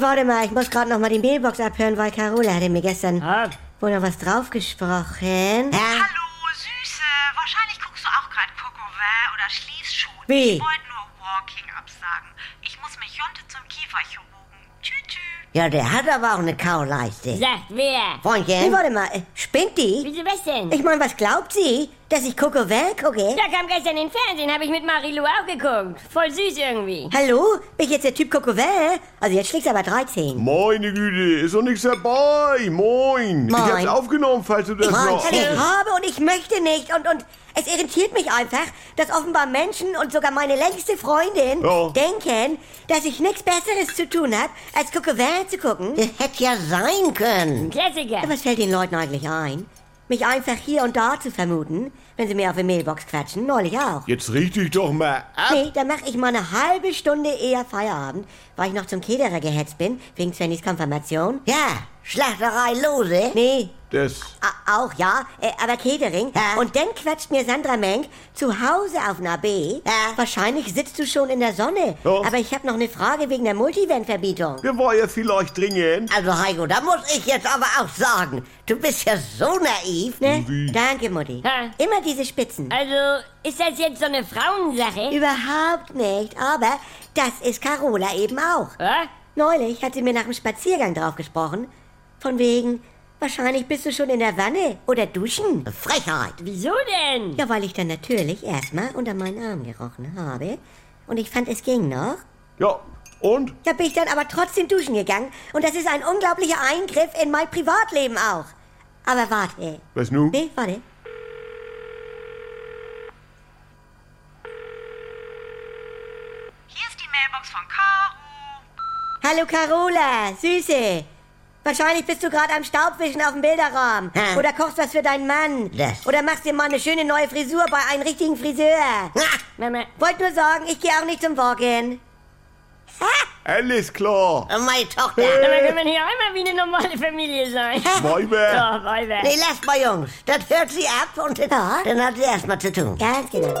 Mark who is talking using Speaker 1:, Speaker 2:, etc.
Speaker 1: warte mal, ich muss gerade noch mal die Mailbox abhören, weil Carola hatte mir gestern
Speaker 2: Ah,
Speaker 1: wohl noch was draufgesprochen. Ja,
Speaker 3: Hallo, Süße. Wahrscheinlich guckst du auch gerade Coco Vin oder schließt schon.
Speaker 1: Wie?
Speaker 3: Ich wollte nur Walking absagen. Ich muss mit Jonte zum Kieferchirurgen. Tschü, tschü.
Speaker 4: Ja, der hat aber auch eine Kauleiste.
Speaker 2: sagt wer?
Speaker 1: nee,
Speaker 4: Freundchen?
Speaker 1: warte mal, äh, spinnt die?
Speaker 2: Wieso was denn?
Speaker 1: Ich meine, was glaubt sie, dass ich Coco Well gucke?
Speaker 2: Da kam gestern im Fernsehen, habe ich mit Marilou auch geguckt. Voll süß irgendwie.
Speaker 1: Hallo, bin ich jetzt der Typ Coco Well? Also jetzt schlägst du aber 13.
Speaker 5: Meine Güte, ist doch nichts dabei. Moin. Ich hab's aufgenommen, falls du das noch...
Speaker 1: Also ich habe und ich möchte nicht und, und es irritiert mich einfach, dass offenbar Menschen und sogar meine längste Freundin
Speaker 5: Ja.
Speaker 1: denken, dass ich nichts Besseres zu tun habe, als Coco Well zu gucken.
Speaker 4: Das hätte ja sein können.
Speaker 2: Klassiker.
Speaker 1: Ja, Was fällt den Leuten eigentlich ein? Mich einfach hier und da zu vermuten, wenn sie mir auf die Mailbox quatschen, neulich auch.
Speaker 5: Jetzt riech dich doch mal ab.
Speaker 1: Nee, dann mache ich mal eine halbe Stunde eher Feierabend, weil ich noch zum Kederer gehetzt bin, wegen Svennys Konfirmation.
Speaker 4: Ja, Schlachterei Lose.
Speaker 1: Nee,
Speaker 5: Das...
Speaker 1: a- auch ja, äh, aber Kedering.
Speaker 4: Ja.
Speaker 1: Und dann quatscht mir Sandra Menk zu Hause auf einer B.
Speaker 4: Ja.
Speaker 1: Wahrscheinlich sitzt du schon in der Sonne.
Speaker 5: Ja.
Speaker 1: Aber ich habe noch eine Frage wegen der Multivent-Verbietung.
Speaker 5: Wir wollen ja vielleicht dringend.
Speaker 4: Also Heiko, da muss ich jetzt aber auch sagen, du bist ja so naiv.
Speaker 1: Ne?
Speaker 5: Wie?
Speaker 1: Danke, Mutti.
Speaker 2: Ja.
Speaker 1: Immer diese Spitzen.
Speaker 2: Also, ist das jetzt so eine Frauensache?
Speaker 1: Überhaupt nicht, aber das ist Carola eben auch.
Speaker 2: Hä?
Speaker 1: Neulich hat sie mir nach dem Spaziergang drauf gesprochen. Von wegen, wahrscheinlich bist du schon in der Wanne oder duschen.
Speaker 4: Frechheit.
Speaker 2: Wieso denn?
Speaker 1: Ja, weil ich dann natürlich erstmal unter meinen Arm gerochen habe. Und ich fand, es ging noch.
Speaker 5: Ja, und?
Speaker 1: Da bin ich dann aber trotzdem duschen gegangen. Und das ist ein unglaublicher Eingriff in mein Privatleben auch. Aber warte.
Speaker 5: Was nun?
Speaker 1: Nee, warte.
Speaker 3: Hier ist die Mailbox von Caro.
Speaker 1: Hallo Carola, Süße. Wahrscheinlich bist du gerade am Staubwischen auf dem Bilderrahmen.
Speaker 4: Hä?
Speaker 1: Oder kochst was für deinen Mann.
Speaker 4: Das-
Speaker 1: Oder machst dir mal eine schöne neue Frisur bei einem richtigen Friseur.
Speaker 2: Mama,
Speaker 1: Wollt nur sagen, ich gehe auch nicht zum Walken.
Speaker 5: Alles klar.
Speaker 4: Ah, Meine Tochter.
Speaker 2: Mama, kann man hier auch immer wie eine normale Familie sein?
Speaker 5: Weiber.
Speaker 2: Oh, Weiber.
Speaker 4: Nee, lasst mal, Jungs. Das hört sie ab und dann,
Speaker 1: Ja.
Speaker 4: dann hat sie erstmal zu tun.
Speaker 1: Ganz genau.